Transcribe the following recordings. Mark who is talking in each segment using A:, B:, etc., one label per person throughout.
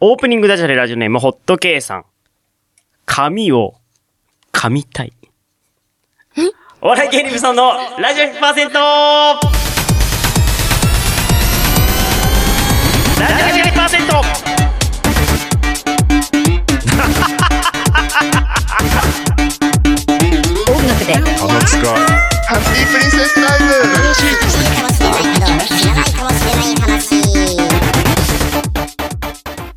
A: オープニングダジャレラジオネーム、ホットケイさん。髪を、噛みたい。お笑い芸人ブソンのラジオ 100%! ラジオ 100%!
B: 音楽で
C: 鼻つか
D: ハッピープリンセスタイム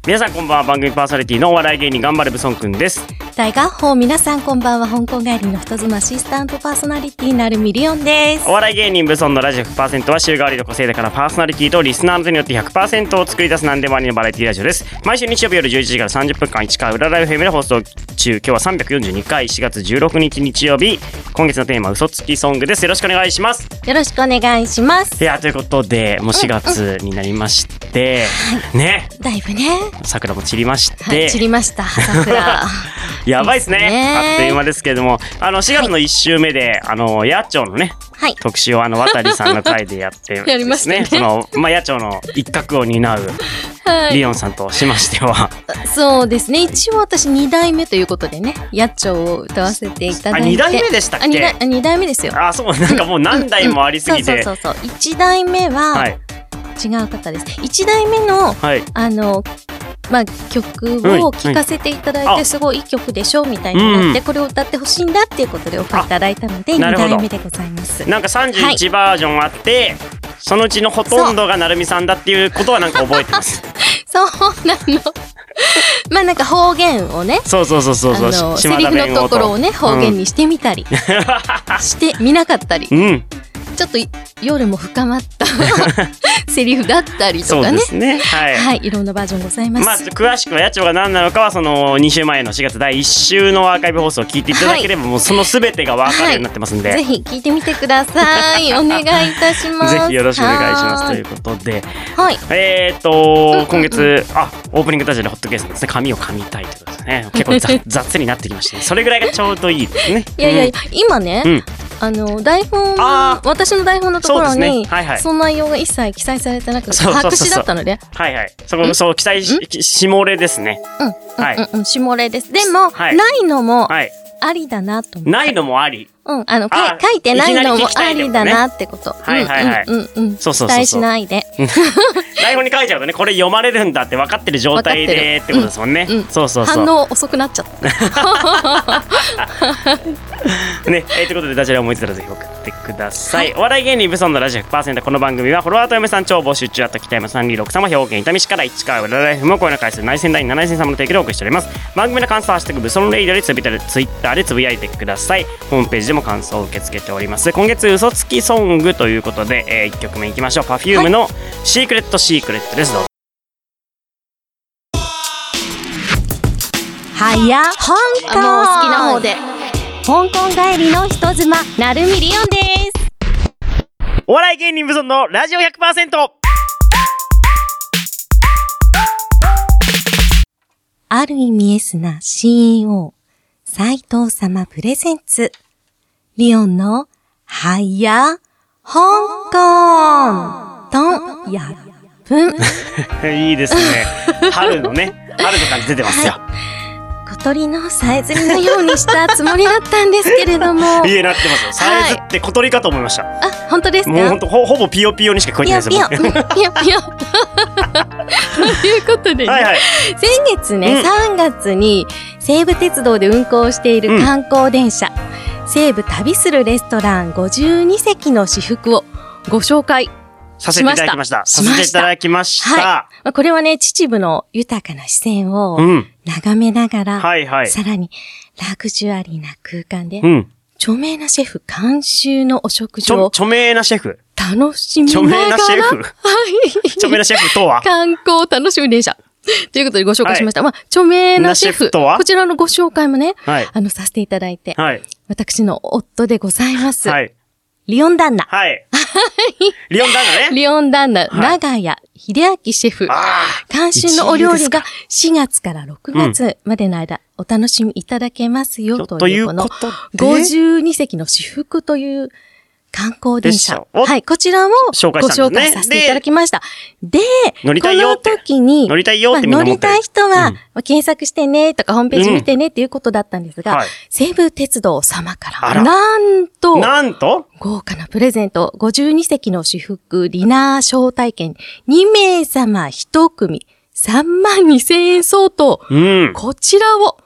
A: 皆さんこんばんは、番組パーソナリティのお笑い芸人、頑張れブソンくんです。
E: 大学法皆さんこんばんは香港帰りの人妻アシスタントパーソナリティなるミリオンです
A: お笑い芸人ブソンのラジオ100%は週替わりの個性だからパーソナリティとリスナーの手によって100%を作り出す何でもありのバラエティラジオです毎週日曜日夜11時から30分間市川裏ライフ FM で放送中今日は342回4月16日日曜日今月のテーマは嘘つきソングですよろしくお願いします
E: よろしくお願いします
A: いやということでもう4月になりまして、ね
E: だいぶね
A: 桜も散りまして、
E: はい散りました 桜
A: やばいですね
E: ですね
A: あっという間ですけれどもあの4月の1週目で、あの野鳥のね
E: はい
A: 特集をあの渡りさんの回でやって
E: やりましたね
A: ですそのまあ野鳥の一角を担う
E: はい
A: リオンさんとしましては、
E: そうですね一応私二代目ということでね野鳥を歌わせていただいて
A: あ二代目でしたっけ
E: あ二代あ二代目ですよ
A: あそうなんかもう何台もありすぎて、
E: そうそうそうそう一代目
A: は
E: はい違う方です一代目の
A: はい
E: あのまあ、曲を聴かせていただいて、
A: はいはいあ
E: すごいいい曲でしょみたいになって、これを歌ってほしいんだっていうことでオファーいただいたので
A: あ
E: 2
A: なるほど
E: 代目でございます。
A: なんか31バージョンあって、そのうちのほとんどがなるみさんだっていうことはなんか覚えてます
E: そうなの まあなんか方言をね
A: そうそうそうそうそう
E: あのセ
A: 島
E: リ
A: 田
E: フ
A: 弁
E: の
A: 護
E: ところをね方言にしてみたり、してみなかったり
A: うん
E: ちょっとい夜も深まった セリフだったり
A: そ
E: と
A: う
E: か
A: で
E: ね
A: すねはい、
E: はいいろんなバージョンございます。
A: まあ、詳しくは野鳥が何なのかはその2週前の4月第1週のアーカイブ放送を聞いていただければ、もうその全てが分かるようになってますんで、
E: ぜひ聞いてみてください。お願いいたします。
A: ぜひよろしくお願いします
E: は
A: と
E: ー
A: いうことで、
E: はい。
A: えーっと、今月、あ、オープニングダジャレホットケースですね、髪を噛みたいということですね。結構雑 雑になってきまして、それぐらいがちょうどいいですね。
E: いやいや、
A: うん
E: 今ね、
A: うん
E: あの台本
A: あー
E: 私の台本のところ
A: そうですね
E: に
A: はいはい
E: その内容が一切記載されてなく
A: そうそうそうそ
E: 白
A: う
E: 紙だったので、
A: はいはい、そこ、そう、期待し、下れですね。
E: うん
A: はい、
E: うんうん下例です。でも、
A: はい
E: ないのも
A: はい、
E: ありだなと思う。
A: ないのもあり。
E: うん、あの
A: あ
E: か書いてないの
A: いきなり
E: も
A: 聞きた
E: あ
A: いでも
E: り
A: ね
E: だなってこと。
A: はいはいはい
E: うんうんうんうん。
A: そうそうそうそう
E: 期待しないで。
A: 台本に書いちゃうとね、これ読まれるんだって分かってる状態でってことですもんね。
E: うんうん
A: そうそうそう
E: 反。応遅くなっちゃった。
A: ね、えーということでダジャレ思いついたらぜひ送ってください、お笑い芸人ブソンのラジオ100%この番組はフォロワーと嫁さん超募集中あった北山326様兵庫県伊丹市から市川裏ライフも声の回数内戦第7戦様の提供でお送りしております番組の感想は「ハッシュタグブソンレイド」でツイッターでツイッターでつぶやいてくださいホームページでも感想を受け付けております今月嘘つきソングということで、え1曲目いきましょう Perfume の「シークレットシークレット」ですどうぞ
E: はや香港。
B: もう好きな方で。
E: 香港帰りの人妻なるみりおんです。
A: お笑い芸人無尊のラジオ100%
E: ある意味エスな CEO、斉藤様プレゼンツ、リオンの、はや、香港、と、やっぷん、
A: いいですね春の ね春の感じ出てますよ、
E: 小鳥のさえずりのようにしたつもりだったんですけれども、あ
A: い、えなってますよサイズって小鳥かと思いました、
E: 本当です
A: もうほん
E: か
A: とほほぼピヨピヨにしか聞こえて
E: ぴ
A: な
E: よ
A: いです
E: ぴ
A: よ
E: よ、ぴよぴよ。 ということでね、
A: 僕 はいはい
E: 先月ね、
A: うん
E: 3月に西武鉄道で運行している観光電車、西武旅するレストラン52席の私服をご紹介。
A: させていただきました
E: し
A: さ
E: ました
A: せていただきました
E: はまあこれはね、秩父の豊かな視線を
A: うん
E: 眺めながら、
A: はいはい
E: さらにラグジュアリーな空間で、
A: うん
E: 著名なシェフ監修のお食
A: ち
E: 事
A: ょ
E: を
A: 著名なシェフ
E: 楽しみな
A: 著
E: がら、
A: 名なシェフ
E: はい
A: 著名なシェフとは
E: 観光を楽しむ電車。ということでご紹介しました。まあ、著名なシェフ。
A: なシェフとは
E: こちらのご紹介もね、
A: はい
E: あの、させていただいて、
A: はい
E: 私の夫でございます。
A: はい
E: リオン旦那。
A: はいリオンダンだね
E: リオン旦那、
A: はい
E: 長谷秀明シェフ。
A: あ
E: 監修のお料理が
A: 一
E: 4月から6月までの間、お楽しみいただけますよ
A: あ
E: という、この
A: とで
E: 52席の私服という観光電車
A: 列。車を
E: はい、こちらもご
A: 紹介した
E: 紹
A: んですね
E: 介させていただきました。で、
A: 乗り
E: こ
A: たいよ
E: の
A: って
E: 時に、
A: 乗りたいよってみん
E: まあ
A: な
E: 乗
A: 思っ
E: り
A: て
E: たい人
A: う
E: は
A: ん、
E: 検索してねとか、ホームページ見てねっていうことだったんですが、
A: はい
E: 西武鉄道様か
A: あら
E: ら、なんと、
A: なんと
E: 豪華なプレゼント、52席の主服、ディナー招待券、2名様1組、3万2000円相当、
A: うん。
E: こちらを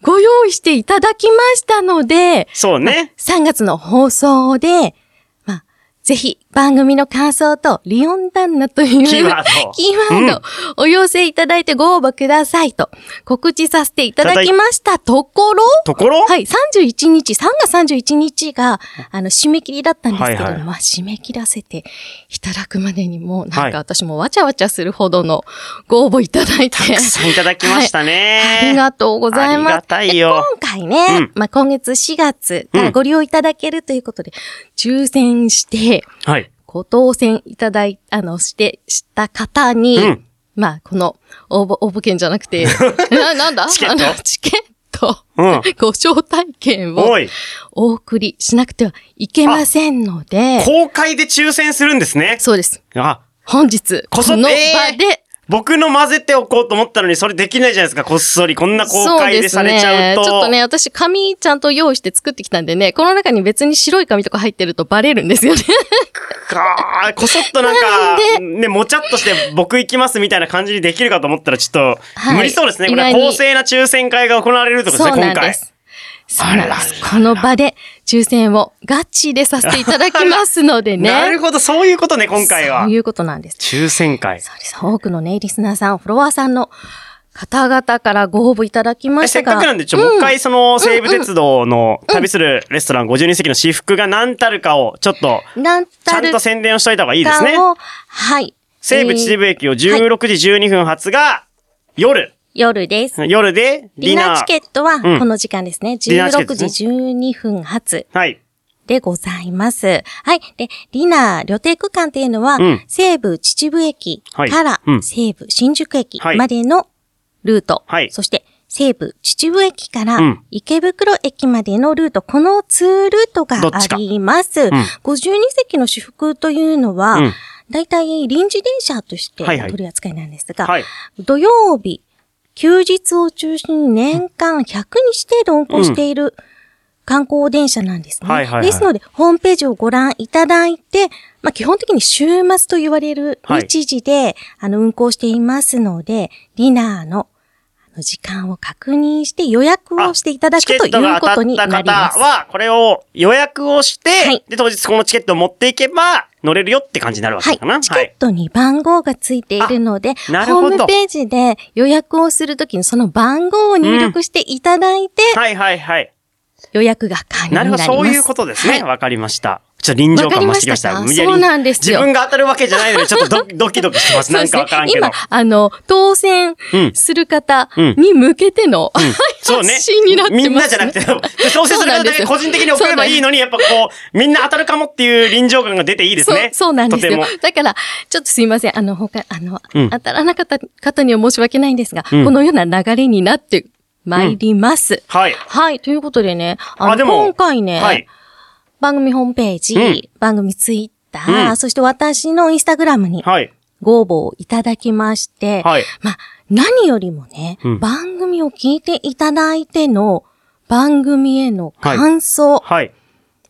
E: ご用意していただきましたので、
A: そうね。
E: 3月の放送で、まあ、ぜひ番組の感想とリオン旦那という
A: キーワード
E: キーワードお寄せいただいてご応募くださいと告知させていただきましたところ、
A: ところ
E: はい、31日、3月31日が、あの、締め切りだったんですけれども、
A: はいはい
E: まあ、締め切らせていただくまでにもう、なん
A: はい
E: か私もわちゃわちゃするほどのご応募いただいて。
A: たくさんいただきましたね。
E: ありがとうござ
A: あ
E: います。
A: りがたいよ
E: で今回ね、
A: うん
E: まあ、今月4月か
A: う
E: ら
A: ん
E: ご利用いただけるということで、抽選して、
A: はい。
E: ご当選いただい、あの、して、した方に、
A: うん
E: まあ、この、応募、応募券じゃな くて、ななんだ
A: チケット
E: あのチケット、
A: うん
E: ご招待券を
A: おい、
E: お送りしなくてはいけませんので、
A: 公開で抽選するんですね。
E: そうです。
A: あ、
E: 本日、
A: こ
E: こ
A: そ
E: の場
A: えー
E: で、
A: 僕の混ぜておこうと思ったのに、それできないじゃないですか、こっそり。こんな公開でされちゃうと。
E: そうですね。ちょっとね、私、紙ちゃんと用意して作ってきたんでね、この中に別に白い紙とか入ってるとバレるんですよね。
A: かーこそっとなんか、ね、もちゃっとして僕行きますみたいな感じにできるかと思ったら、ちょっと、
E: はい
A: 無理そうですね。これは
E: 意外に
A: 公正な抽選会が行われるってこと
E: そ
A: で
E: う
A: すね、
E: な
A: 今
E: んで
A: 回。
E: す。そうなんです。この場で、抽選をガチでさせていただきますので ね。
A: なるほど、そういうことね、今回は
E: そうい。うことなんです。
A: 抽選会。
E: そうです。多くのね、リスナーさん、フォロワーさんの方々からご応募いただきま
A: え
E: した
A: せっ
E: が。
A: かくなんで、ちょ、
E: うん
A: もう一回、その、西武鉄道の旅するレストラン52席の私服が何たるかを、ちょっと、
E: なん
A: ちゃ
E: た
A: ん
E: る
A: と宣伝をしといた方がいいですね
E: か。をはい。
A: 西武秩父駅を16時12分発が、夜。
E: 夜です。
A: 夜で、デ
E: ディ
A: ィナー。
E: ナーチケットは
A: うん
E: この時間ですね。
A: ィナーチケット
E: 16
A: ですね
E: 時12分発
A: はい。
E: でございます。はい。で、ディナー、旅定区間っていうのは、
A: うん
E: 西武秩父駅
A: はい
E: から
A: うん
E: 西武新宿駅
A: はい
E: までのルート。
A: はい
E: そして、西武秩父駅か
A: う
E: ら
A: ん
E: 池袋駅までのルート、この2ルートが
A: どっちか
E: あります。
A: ん
E: 52席の私服というのは、
A: うん
E: だいたい臨時電車として
A: はいはい
E: 取り扱いなんですが、
A: はい。
E: 土曜日、休日を中心に年間100日程度運行している観光電車なんですね。
A: はいはいはい
E: ですので、ホームページをご覧いただいて、まあ、基本的に週末と言われる
A: はい
E: 日時で、あの、運行していますので、ディナーのあの時間を確認して予約をしていただく
A: チケ
E: とい
A: ットが当
E: うこ
A: たっ
E: とに
A: た
E: なり
A: 方
E: ます。
A: は、これを予約をして、
E: はい
A: で、当日このチケットを持っていけば、乗れるよって感じになるわ
E: は
A: けかな。
E: い。チケットに番号がついているので、ホ
A: なるほど
E: ームページで予約をするときにその番号を入力していただいて、
A: はいはいはい。
E: 予約が可能に
A: な
E: な
A: る
E: り
A: ほど、
E: ます。
A: そういうことですね。わ、かりました。ちょっと臨場感増してきました。
E: わかりま
A: 無
E: し
A: 理
E: た
A: やり
E: かそうなんですよ
A: 自分が当たるわけじゃないので、ちょっとドドキドキしてます。
E: そう
A: な
E: で
A: ん
E: す
A: か
E: ね
A: わからんけど。
E: 今、あの、当選
A: うん
E: する方
A: うん
E: に向けての、
A: そうね
E: 発信になっ。てます、
A: みんなじゃなくて、調整する方だけ個人的に送ればいいのに、やっぱこう、みんな当たるかもっていう臨場感が出ていいですね。
E: そう、そうなんです
A: とて
E: よ
A: も。。
E: だから、ちょっとすいません。あの、他、あの、
A: うん
E: 当たらなかった方には申し訳ないんですが、
A: うん
E: このような流れになってまいります。
A: はい。
E: はい。ということでね、あ
A: あで
E: の、
A: も
E: 今回ね、
A: はい。
E: 番組ホームページ、
A: うん
E: 番組ツイッター、
A: うん
E: そして私のインスタグラムに
A: はい。
E: ご応募をいただきまして、
A: はい。
E: まあ、何よりもね、
A: うん
E: 番組を聞いていただいての番組への感想
A: はい。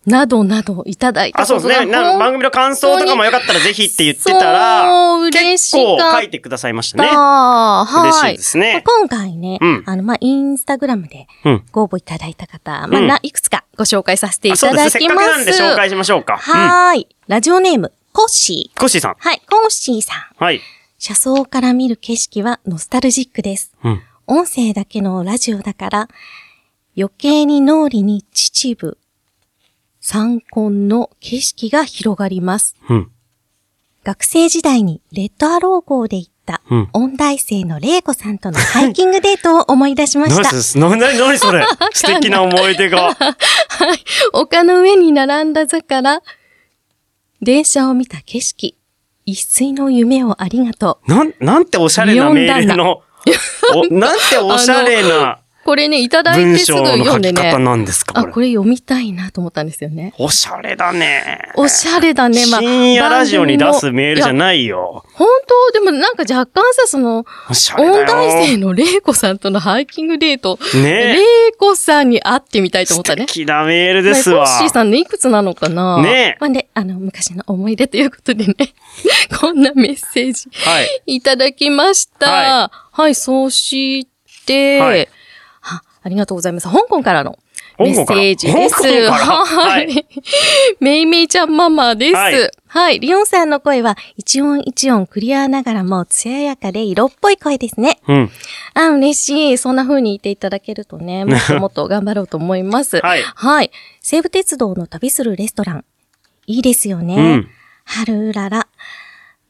E: などなどいただいた
A: あ、そうですね。な番組の感想とかもよかったらぜひって言ってたら、
E: そう嬉し
A: 結
E: か
A: 構
E: った
A: 書いてくださいましたね。
E: はい。
A: 嬉しいですね
E: まあ今回ね、
A: うん
E: あの、まあ、インスタグラムで
A: うん
E: ご応募いただいた方、ま
A: う
E: あ、
A: ん
E: な、いくつかご紹介させてい
A: あそう
E: た
A: で。
E: だきますす。
A: せっかくなんで紹介しましょうか。うん。
E: はーい。ラジオネーム、コッシー。
A: コッシーさん。
E: はい、コッシーさん。
A: はい。
E: 車窓から見る景色はノスタルジックです。
A: うん。
E: 音声だけのラジオだから、余計に脳裏に秩父、山根の景色が広がります。
A: うん。
E: 学生時代にレッドアロー号で行った
A: うん、
E: 音大生の玲子さんとのハイキングデートを思い出し まし
A: 何
E: た。
A: すな、な、なに それ素敵な思い出が。
E: 丘の上に並んだ座から、電車を見た景色、一水の夢をありがとう。
A: なん、なんておしゃれなメールの。おなんておしゃれな。
E: ここれね、いただい
A: 文
E: てすぐ
A: 章の
E: 読
A: 書
E: んで
A: き
E: ね
A: 方。なんですか
E: あ、
A: これ
E: これ読みたいなと思ったんですよね。
A: おしゃれだね。
E: おしゃれだね。まあ、
A: 深夜ラジオに出すメールじゃ
E: いや。
A: ないよ。
E: 本当でもなんか若干さ、その、
A: おしゃれだ
E: 音
A: よ。
E: 大生の玲子さんとのハイキングデート、
A: ね
E: 玲子さんに会ってみたいと思った
A: 素
E: ね。
A: 敵なメールです
E: ま
A: わ
E: あ。コッシーさんね、いくつなのかな
A: ねえ
E: まあね、あの、昔の思い出ということでね、 こんなメッセージ
A: はい。
E: いただきました。は、
A: はい
E: そうして、
A: はい
E: あ、ありがとうございます。香港からの
A: 香
E: メッセ
A: 港から
E: ージです。
A: 香港から
E: は。
A: はい
E: めいめいちゃんママです。は
A: はいい、
E: リオンさんの声は一音一音クリアながらも艶やかで色っぽい声ですね。
A: うん。
E: あ、嬉しい。そんな風に言っていただける とね、もっともっと頑張ろうと思います。
A: はい
E: はい。西武鉄道の旅するレストラン。いいですよね。
A: うん
E: 春うらら。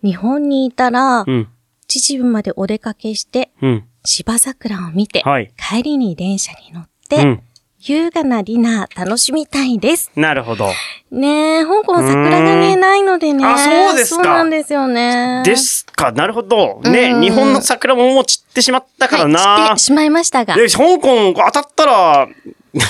E: 日本にいたら、
A: うん。
E: 秩父までお出かけして、
A: うん。
E: 芝桜を見て、
A: はい
E: 帰りに電車に乗って、
A: うん。
E: 優雅なディナー楽しみたいです。
A: なるほど。
E: ねえ、香港桜がね、
A: うーん
E: ないのでね。
A: あそうですか
E: そうなんですよね。
A: ですか、なるほど。
E: う
A: ね
E: ん、
A: 日本の桜ももう散ってしまったから
E: はい、散っ
A: な
E: て。しまいましたが。
A: で、香港当たったら、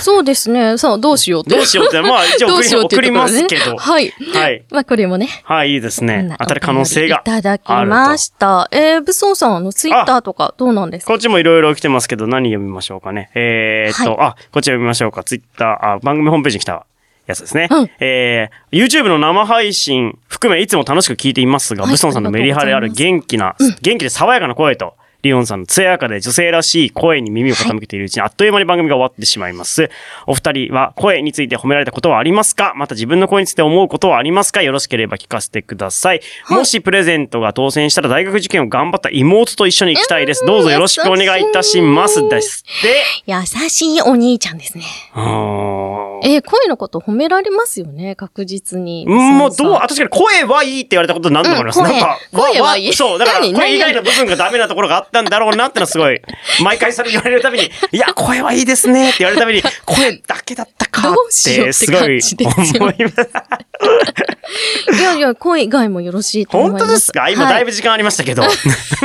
E: そうですね。そう、どうしようって。
A: どうしよう って、まあ一応
E: ど
A: 送
E: うし
A: り
E: ようって
A: 送
E: いうと
A: り
E: ころ
A: ま
E: ね
A: すけど。
E: はい。
A: はい。
E: まあ、これもね。
A: はい、いいです
E: こん
A: ね
E: な。
A: 当たる可能性が
E: お便りいただき
A: ある
E: ま
A: と。
E: した。えー、武装さん、あの、ツイッターとかどうなんですか
A: こっちもいろいろ来てますけど、何読みましょうかね。えーっと、あ、こっち読みましょうか。ツイッター、あ、番組ホームページに来たやつですね。
E: うん
A: えー、YouTube の生配信含めいつも楽しく聞いていますが、
E: はい
A: ブソンさんのメリハリある元気な、元気で爽やかな声と、リオンさんの艶やかで女性らしい声に耳を傾けているうちに、あっという間に番組が終わってしまいます。お二人は声について褒められたことはありますかまた自分の声について思うことはありますかよろしければ聞かせてください。
E: い
A: もしプレゼントが当選したら大学受験を頑張った妹と一緒に行きたいです。どうぞよろしくお願いいたします。ですって。
E: 優しいお兄ちゃんですね。
A: うーん
E: えー、声のこと褒められますよね、確実に。
A: うんもう
E: そう
A: どう、
E: そう
A: あ確かに声はいいって言われたこと何度もあります。
E: うん
A: なんか、
E: 声
A: わ
E: 声
A: わ
E: はいい
A: そう、だから
E: 何
A: 声以外の部分がダメなところがあったんだろうなってのはすごい、毎回それ言われるたびに、いや、声はいいですねって言われるたびに、声だけだったかっ
E: どうしようっ
A: て、
E: て
A: すごい思い
E: 感じですよ
A: ます。
E: いやいや、声以外もよろしいと思い
A: 本
E: ます。
A: 当ですか今だい
E: ぶ、
A: ぶ時間ありましたけど。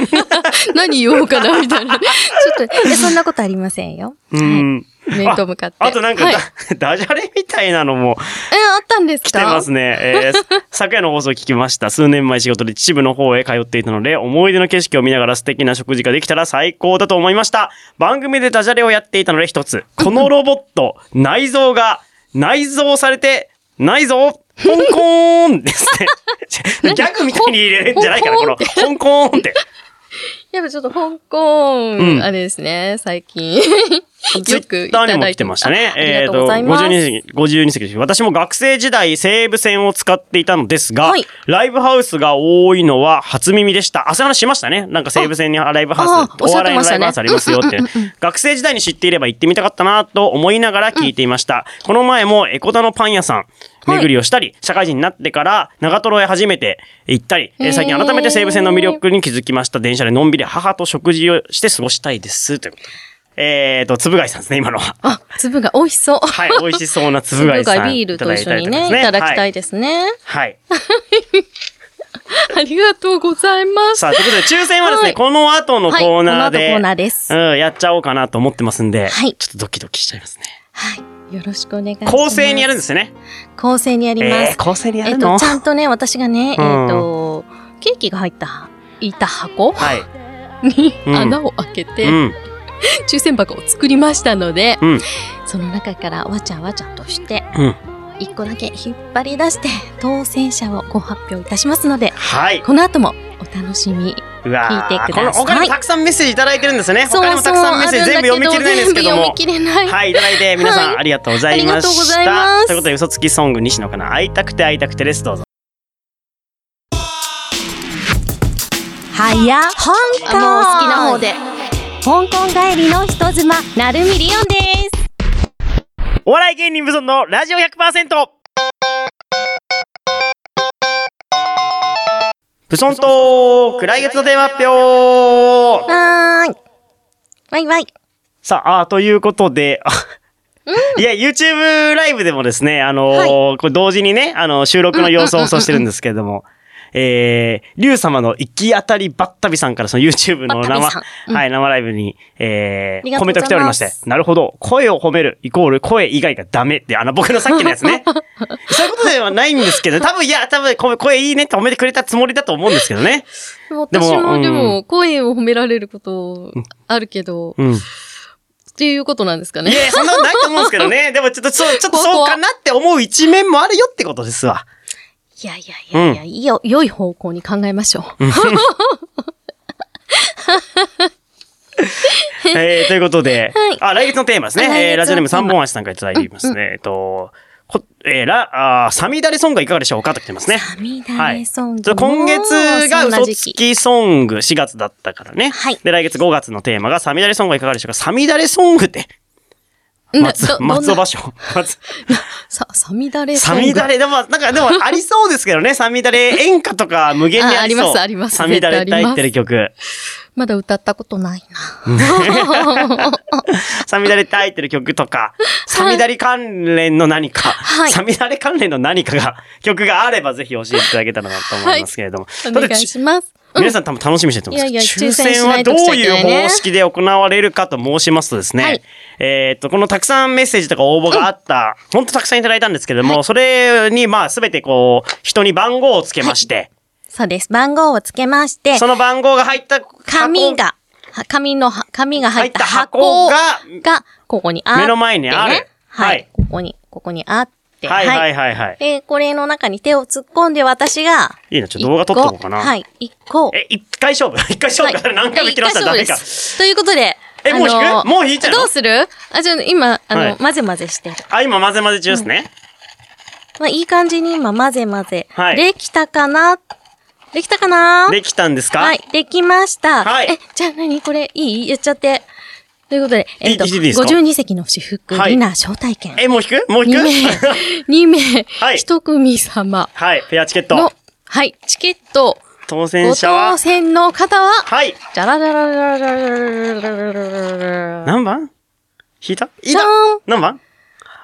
E: 何言おうかな、みた いな。ちょっと、いやそんなことありませんよ。
A: う
E: はい。
A: ん。
E: 面と向かって。
A: あとなんか
E: は
A: だ
E: い、えー、
A: ダジャレみたいなのも、
E: あったんですか
A: 来てますね。え ー昨夜の放送を聞きました。数年前仕事で秩父の方へ通っていたので、思い出の景色を見ながら素敵な食事ができたら最高だと思いました。番組でダジャレをやっていたので一つ。このロボット、内臓が内蔵されて、内臓香港ですね。 ギャグみたいに入れるんじゃないかな、この、香港って。
E: やっぱちょっと香港、
A: うん
E: あれですね、最近。よ
A: ツイ
E: く
A: ッ
E: い
A: ター
E: た
A: にも
E: だい
A: 来
E: て
A: てましたね。
E: あありがとうございます。
A: えーと、52席、52席。私も学生時代、西武線を使っていたのですが、
E: はい
A: ライブハウスが多いのは初耳でした。朝話しましたね。なんか西武線にライブハ
E: あ
A: ウ
E: あ
A: ス、
E: お
A: お
E: っしゃって
A: 笑い
E: ま
A: のラ
E: した
A: イブ
E: ね
A: ハウスありますよって。学生時代に知っていれば行ってみたかったなと思いながら聞いていました。この前もエコダのパン屋さん、
E: はい
A: 巡りをしたり、社会人になってから長瀞へ初めて行ったり、えー最近改めて西武線の魅力に気づきました。電車でのんびり母と食事をして過ごしたいです。ということで。えーと、つぶがいさんですね、今のは。
E: あ、粒が美味しそう。
A: はい、美味しそうなつぶがいさん。
E: ビールと一緒にね、い
A: た
E: た
A: だ
E: だ
A: き
E: き
A: た
E: た
A: い
E: い
A: で
E: ですね。
A: すね。はい。はい
E: ありがとうございます。
A: さあ、ということで、抽選はです
E: は
A: ね、
E: い
A: この後のコーナー
E: はい
A: で、
E: この後コーナーです
A: うん、やっちゃおうかなと思ってますんで、
E: はい
A: ちょっとドキドキしちゃいますね。
E: はい。よろしくお願いします。
A: 構成にやるんですよね。
E: 構成にやりま
A: えー、
E: す。
A: 構成にや
E: えっ
A: る
E: と、
A: の
E: ちゃんとね、私がね、えっ
A: うん
E: と、ケーキが入った、いた箱
A: はい。
E: に
A: うん
E: 穴を開けて
A: う、ん。
E: 抽選箱を作りましたので
A: うん、
E: その中からわちゃわちゃとして、
A: うん。
E: 一個だけ引っ張り出して、当選者をご発表いたしますので、
A: はい。
E: この後もお楽しみ。
A: うわ
E: 聞いて
A: ー
E: くださ
A: こ
E: い
A: の他にもたくさんメッセージいただいてるんですね。他にもたくさんメッセージ全部読み切れないんですけど
E: 全
A: も
E: 部。読み切れない。
A: はい、いただいて皆さ
E: はい
A: んありがとうござい
E: ありが
A: ま
E: とうご
A: し
E: ざい
A: た。
E: ます
A: ということで、嘘つきソング西野かな。会いたくて会いたくてです。どうぞ。
E: はや、香港
B: もう好きな方で。
E: 香港帰りの人妻、なるみりおんです。
A: お笑い芸人無尊のラジオ100%ブソントーク来月のテーマ発表
E: はーい。わいわい。
A: さあ、あーということで、あいや、YouTube ライブでもですね、あのーこれ同時にね、あの、収録の様子を放送してるんですけれども、えー、竜様の行き当たりばったびさんからその YouTube の
E: ば
A: 生
E: ったびさ、んうん
A: はい、生ライブに、え
E: ありが
A: ー、
E: と
A: コ
E: うご
A: メン
E: ざいます
A: ト来ておりまして、なるほど、声を褒めるイコール声以外がダメって、あの、僕のさっきのやつ ね。そういうことではないんですけど、多分、いや、多分、こ声いいねって褒めてくれたつもりだと思うんですけどね。でも
E: 私もで
A: う
E: も、声を褒められることあるけど、っ
A: うん。い
E: ていうことなんですかね。
A: や、そんなことないと思うんですけどね。でも、ちょっと、そう、ちょっとそうかなって思う一面もあるよってことです わ。
E: いやいやいやいや、いいよ良い方向に考えましょう。
A: えー、ということで、
E: はい
A: あ、来月のテーマですね。
E: あ来月のテーマ
A: えー、ラジオネーム三本足さんからいただいていますね。えっと、こえー、ら、あーサミダレソングはいかがでしょうかと来てますね。
E: サミ
A: は
E: ダ
A: い。
E: レ
A: ち
E: ソ
A: ょ
E: ン
A: っ
E: グ
A: と
E: も。
A: 今月が
E: そんな
A: 嘘
E: 時
A: つ
E: 期。
A: きソング4月だったからね。
E: はい
A: で、来月5月のテーマがサミダレソングはいかがでしょうかサミダレソングって、
E: うん
A: 松
E: ど、どんな
A: 松尾芭蕉。 松
E: さ、サミダレソ
A: サ
E: ング。
A: ミダレ、でも、なんか、でも、ありそうですけどね。 サミダレ、演歌とか無限にありそう。
E: あありますあります
A: サミダレって入ってる曲。
E: まだ歌ったことないな。
A: サミダレって入ってる曲とか、サミダレ関連の何か、
E: はい
A: サミダレ関連の何かが、曲があればぜひ教えていただけたらなと思いますけれ ども。
E: お
A: だって
E: 願いします。
A: 皆さん多分楽しみにしてると思うんですけど、
E: いやいや抽選
A: 抽選は
E: しない
A: ど
E: と
A: う
E: 来ちゃいけないね
A: いう方式で行われるかと申しますとですね、
E: はい
A: えーっと、このたくさんメッセージとか応募があった、ほんとたくさんいただいたんですけれども、それにまあすべてこう、人に番号をつけまして、
E: そうです。番号をつけまして、
A: その番号が入った箱
E: 紙が、は紙のは、紙が入
A: 入
E: っ
A: ったた箱
E: 箱が、
A: が、
E: ここにあって、
A: 目の前にある
E: は
A: はい
E: い。ここに、ここにあって、
A: はいはいはいはい。
E: えーこれの中に手を突っ込んで私が、
A: いいな、ちょっと動画撮っとこうかな。
E: 一個はい、一個。
A: え、一回勝負 一回勝負、
E: はい
A: 何回も切らせたらダメ
E: 一
A: か
E: 回そうで。すということで。
A: えもう引く
E: あの
A: もう引いちゃうの
E: どうするあ、じゃあ今、あの、
A: はい
E: 混ぜ混ぜしてる。
A: あ、今混ぜ混ぜ中ですね。
E: まあ、いい感じに今混ぜ混ぜ。
A: はい
E: できたかなできたかな
A: できたんですか
E: はい、できました。
A: はい
E: え、じゃあ何これ、いい言っちゃって。ということで、えっ、と、
A: いいいですか
E: 52席の私服、
A: はい
E: ディナー招待券。
A: え、もう引くもう引
E: 2
A: く
E: 名、2名、
A: はい
E: 1組様
A: はい、ペアチケッ
E: の
A: ト。、
E: はい、チケット、
A: 当
E: ご
A: 選者は
E: 当、選の方は、
A: はい。
E: じゃららららららららららら。
A: 何番引いた引い
E: じゃ
A: た
E: ーん
A: 何番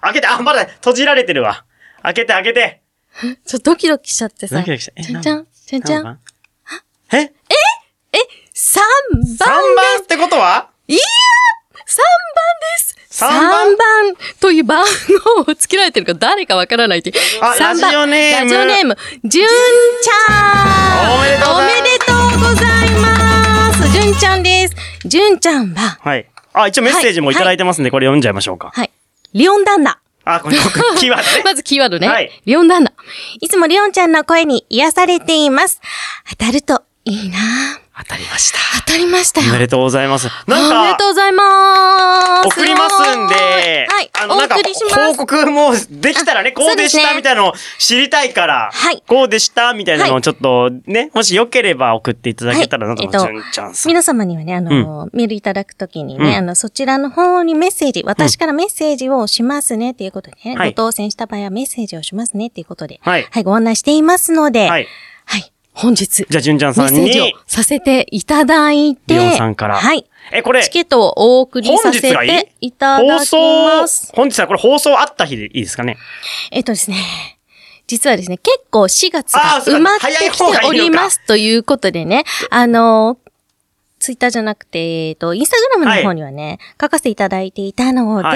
A: 開けて、あ、まだ閉じられてるわ。開けて開けて。
E: ちょ、ドキドキしちゃってさ。
A: ドキドキしたえ
E: じゃんじゃん、じゃんじゃ
A: 何
E: ん。
A: 番え
E: 3
A: ?3
E: 番
A: 番ってことは
E: !3 番です
A: 3
E: !3
A: 番
E: 番という番号をつけられてるか誰かわからないって。
A: あ
E: 三
A: ラジオネーム
E: ラジオネーム、じゅんちゃん
A: おめでとうございます
E: おめでとうございますじゅんちゃんですじゅんちゃんは、
A: はい。あ、一応メッセージもいただいてますんで、これ読んじゃいましょうか。
E: はい、リオン旦那。
A: あ、これ、 キーワードね。
E: まずキーワードね。
A: はい
E: リオン旦那。いつもリオンちゃんの声に癒されています。当たるといいな
A: 当たりました。
E: 当たりましたよ
A: お。めでとうございます。なん
E: おめ
A: か
E: で、とうございます。
A: 送りますんで、
E: はい。
A: あの、
E: お
A: なんか、
E: 送りします。
A: 報告もできたらね、こうでし
E: そうです
A: た
E: ね
A: みたいなのを知りたいから、
E: はい
A: こうでしたみたいなの
E: は
A: をちょっとね、もしよければ送っていただけたらなと思います。じゅんちゃんさん。
E: 皆様にはね、あの、メールいただくときにね、
A: うん
E: あの、そちらの方にメッセージ、私からメッセージをしますねっていうことでね、
A: はい
E: ご当選した場合はメッセージをしますねっていうことで、
A: はい
E: ご案内していますので、
A: は
E: はい。
A: い。
E: 本日、
A: じゃあ、じゅんちゃん
E: メ
A: さ
E: ッ
A: ん
E: セージを
A: に、
E: させていただいて、
A: リオンさんから
E: はい。
A: え、これ
E: チ、ケットをお送りさせ
A: 本日がい
E: て
A: い
E: いただ
A: 放
E: き
A: 送
E: ます。、
A: 本日はこれ放送あった日でいいですかね。
E: えっとですね、実はですね、結構4月が
A: あーそう
E: 埋
A: だ
E: まってきておりますということでね、あの、ツイッターじゃなくて、えっと、インスタグラムの方にはね、書かせていただいていたので、
A: は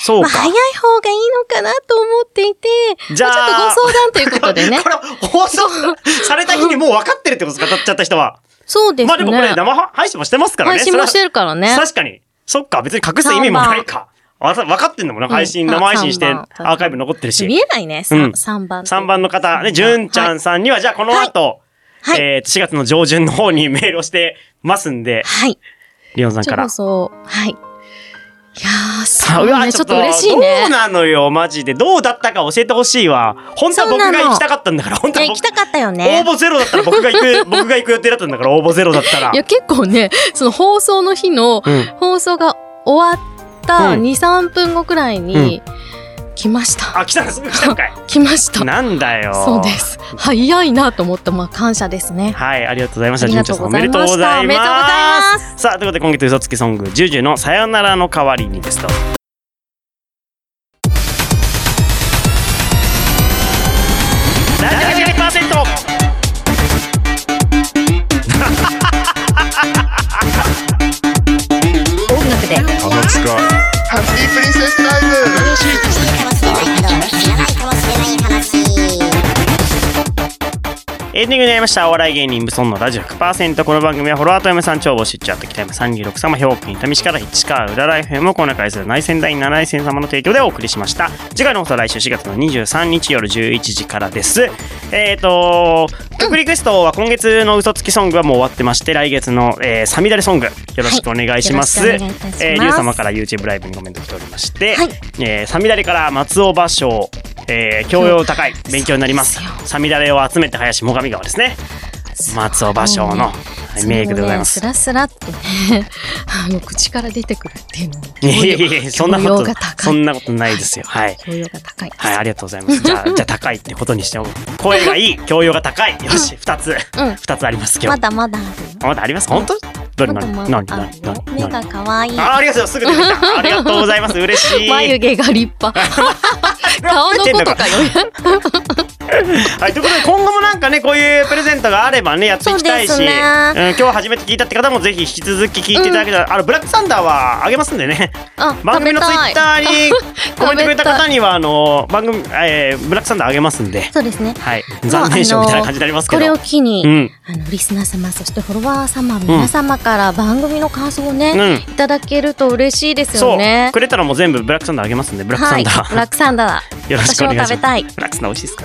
A: そう
E: まあ、
A: か。
E: 早い方がいいのかなと思っていて、
A: じゃあ
E: まちょっとご相談ということでね
A: こ。れ、放送された日にもう分かってるってことですか当たっちゃった人は。
E: そうですね。
A: まあでもこれ生配信もしてますからね。
E: 配信もしてるからね
A: それは確かに。そっか、別に隠す意味もないか。わざ分かってんのもな、配信、
E: うん
A: 生配信して
E: あ三番
A: アーカイブ残ってるし。
E: 見えないね、
A: うん
E: 3, 三番。
A: 3番の方、ね、じゅんちゃん
E: さ
A: さんには、じゃあこの後、
E: はいはい
A: えーと、4月の上旬の方にメールをしてますんで
E: ん。、はい。
A: リオンさん
E: ちょ
A: か
E: っと
A: ら。
E: そう、はい。いやー、
A: さ
E: そ
A: あ
E: う
A: う
E: ね
A: わ
E: ちょっと嬉しいね。
A: どうなのよ、マジで。どうだったか教えてほしいわ。本当は僕
E: そう
A: が
E: なの
A: 行きたかったんだから、本当
E: い
A: は
E: や行
A: 僕
E: きたかったよね。
A: 応募ゼロだったら僕が行く、僕が行く予定だったんだから、応募ゼロだったら
E: いや、。結構ね、その放送の日の
A: うん
E: 放送が終わった2、
A: うん
E: 3分後くらいに、来ました。
A: あ、来たのすぐ来たのかい。
E: 来ました。
A: なんだよ。
E: そうです。早いなと思った。まあ、感謝ですね。
A: はい、ありがとうございました。
E: あり
A: 純
E: が
A: ちゃ
E: と
A: ん
E: う
A: さん、お
E: ご
A: め
E: ざ
A: で
E: い
A: とう
E: ま
A: ご
E: し
A: ざ
E: た
A: います。
E: おめでとうございま
A: さあ、ということで、今月嘘つきソング、ジュジュのさよならの代わりにですと。ラジオ80%
D: ダンスリープリンセスタイム
A: エンディングになりました。お笑い芸人ブソンのラジオ100%。この番組はフォロワーと嫁さん超募集中あった北山36様兵庫県伊丹市から市川裏ライフ M をこの回数内戦第7戦様の提供でお送りしました。次回の放送は来週4月の23日夜11時からです。えっ、ー、と、曲リクエストは今月の嘘つきソングはもう終わってまして、来月の、えー、サミダレソングよろしくお願いします。
E: はいよろしくお願いいたします
A: えーリュウ様から YouTube ライブにコメント来ておりまして、
E: はい
A: えーサミダレから松尾芭蕉、えー教養高い勉強になります
E: そうです。よ
A: サミダレを集めて林最上川ですね。松尾芭蕉のはい名句でございます
E: そ。のねスラスラっとね、 あの口から出てくるっていうのも
A: いやいやいや、そんな
E: 教
A: こ
E: 養
A: と
E: が、高い
A: そんなことないですよ。はい。
E: 教養が高いです。
A: はい、ありがとうございます。じ ゃあ、じゃあ高いってことにしておこう声がいい、教養が高い。よし、二つ。
E: うん
A: 二つあります、今
E: ま
A: 日。
E: だまだあ
A: まだあります本当ど
E: る。
A: れ
E: まだ
A: 何
E: ま
A: 何
E: だある
A: 何
E: よ
A: 何。
E: 目
A: 何
E: が可愛い。
A: あありがとうございます。すぐ出てきた。ありがとうございます。嬉しい。
E: 眉毛が立派。顔のことかよ。
A: はい、ということで今後もなんかねこういうプレゼントがあればねやっていきたいし
E: そうですね
A: うん、今日初めて聞いたって方もぜひ引き続き聞いていただけたら、あのブラックサンダーはあげますんでね
E: あ、
A: 番組のツイッターにコメントくれた
E: 食べた
A: 方にはあの番組、えー、ブラックサンダーあげますんで
E: そうですね。
A: はい残念賞みたいな感じになりますけど、
E: これを機に、
A: うん
E: あのリスナー様そしてフォロワー様皆様から番組の感想をね、いただけると嬉しいです
A: そ
E: よ
A: う
E: ね。
A: くれたらもう全部ブラックサンダーあげますんでブラックサンダー、
E: はい、ブラックサンダーだ。
A: よろしくお願いします
E: 私も食べたい。
A: ブラックサンダー美味しいです か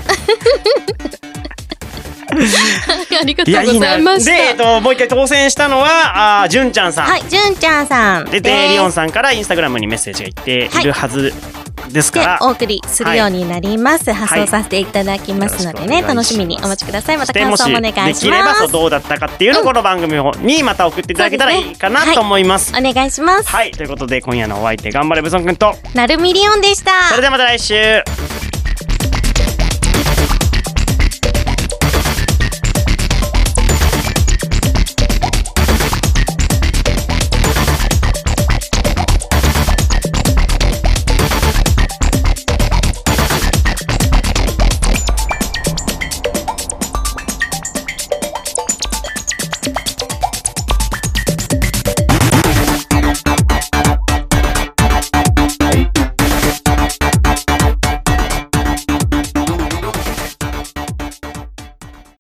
E: ありが
A: い
E: とうございまし
A: で、
E: た。
A: えっと、もう一回当選したのはあーじゅんちゃんさん、
E: はい、じゅんちゃんさん
A: で、
E: で
A: で
E: す
A: リオンさんからインスタグラムにメッセージがいっているはずです
E: で
A: から、
E: お送りするようになります、発送させていただきますのでね、
A: はい
E: 楽しみにお待ちくださいまた
A: で
E: 感
A: も
E: 想
A: し
E: もお願
A: で
E: いします
A: きればそうどうだったかっていうのを
E: うん
A: この番組にまた送っていただけたらいいか
E: そうです
A: な
E: ね
A: と思います。
E: お願いします、
A: はい、ということで今夜のお相手頑張れブソン君と
E: なるみりおんでした
A: それではまた来週